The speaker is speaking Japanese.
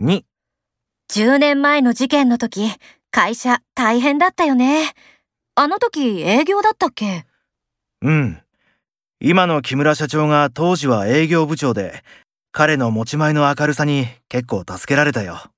2、 10年前の事件の時、会社大変だったよね。あの時営業だったっけうん。今の木村社長が当時は営業部長で、彼の持ち前の明るさに結構助けられたよ。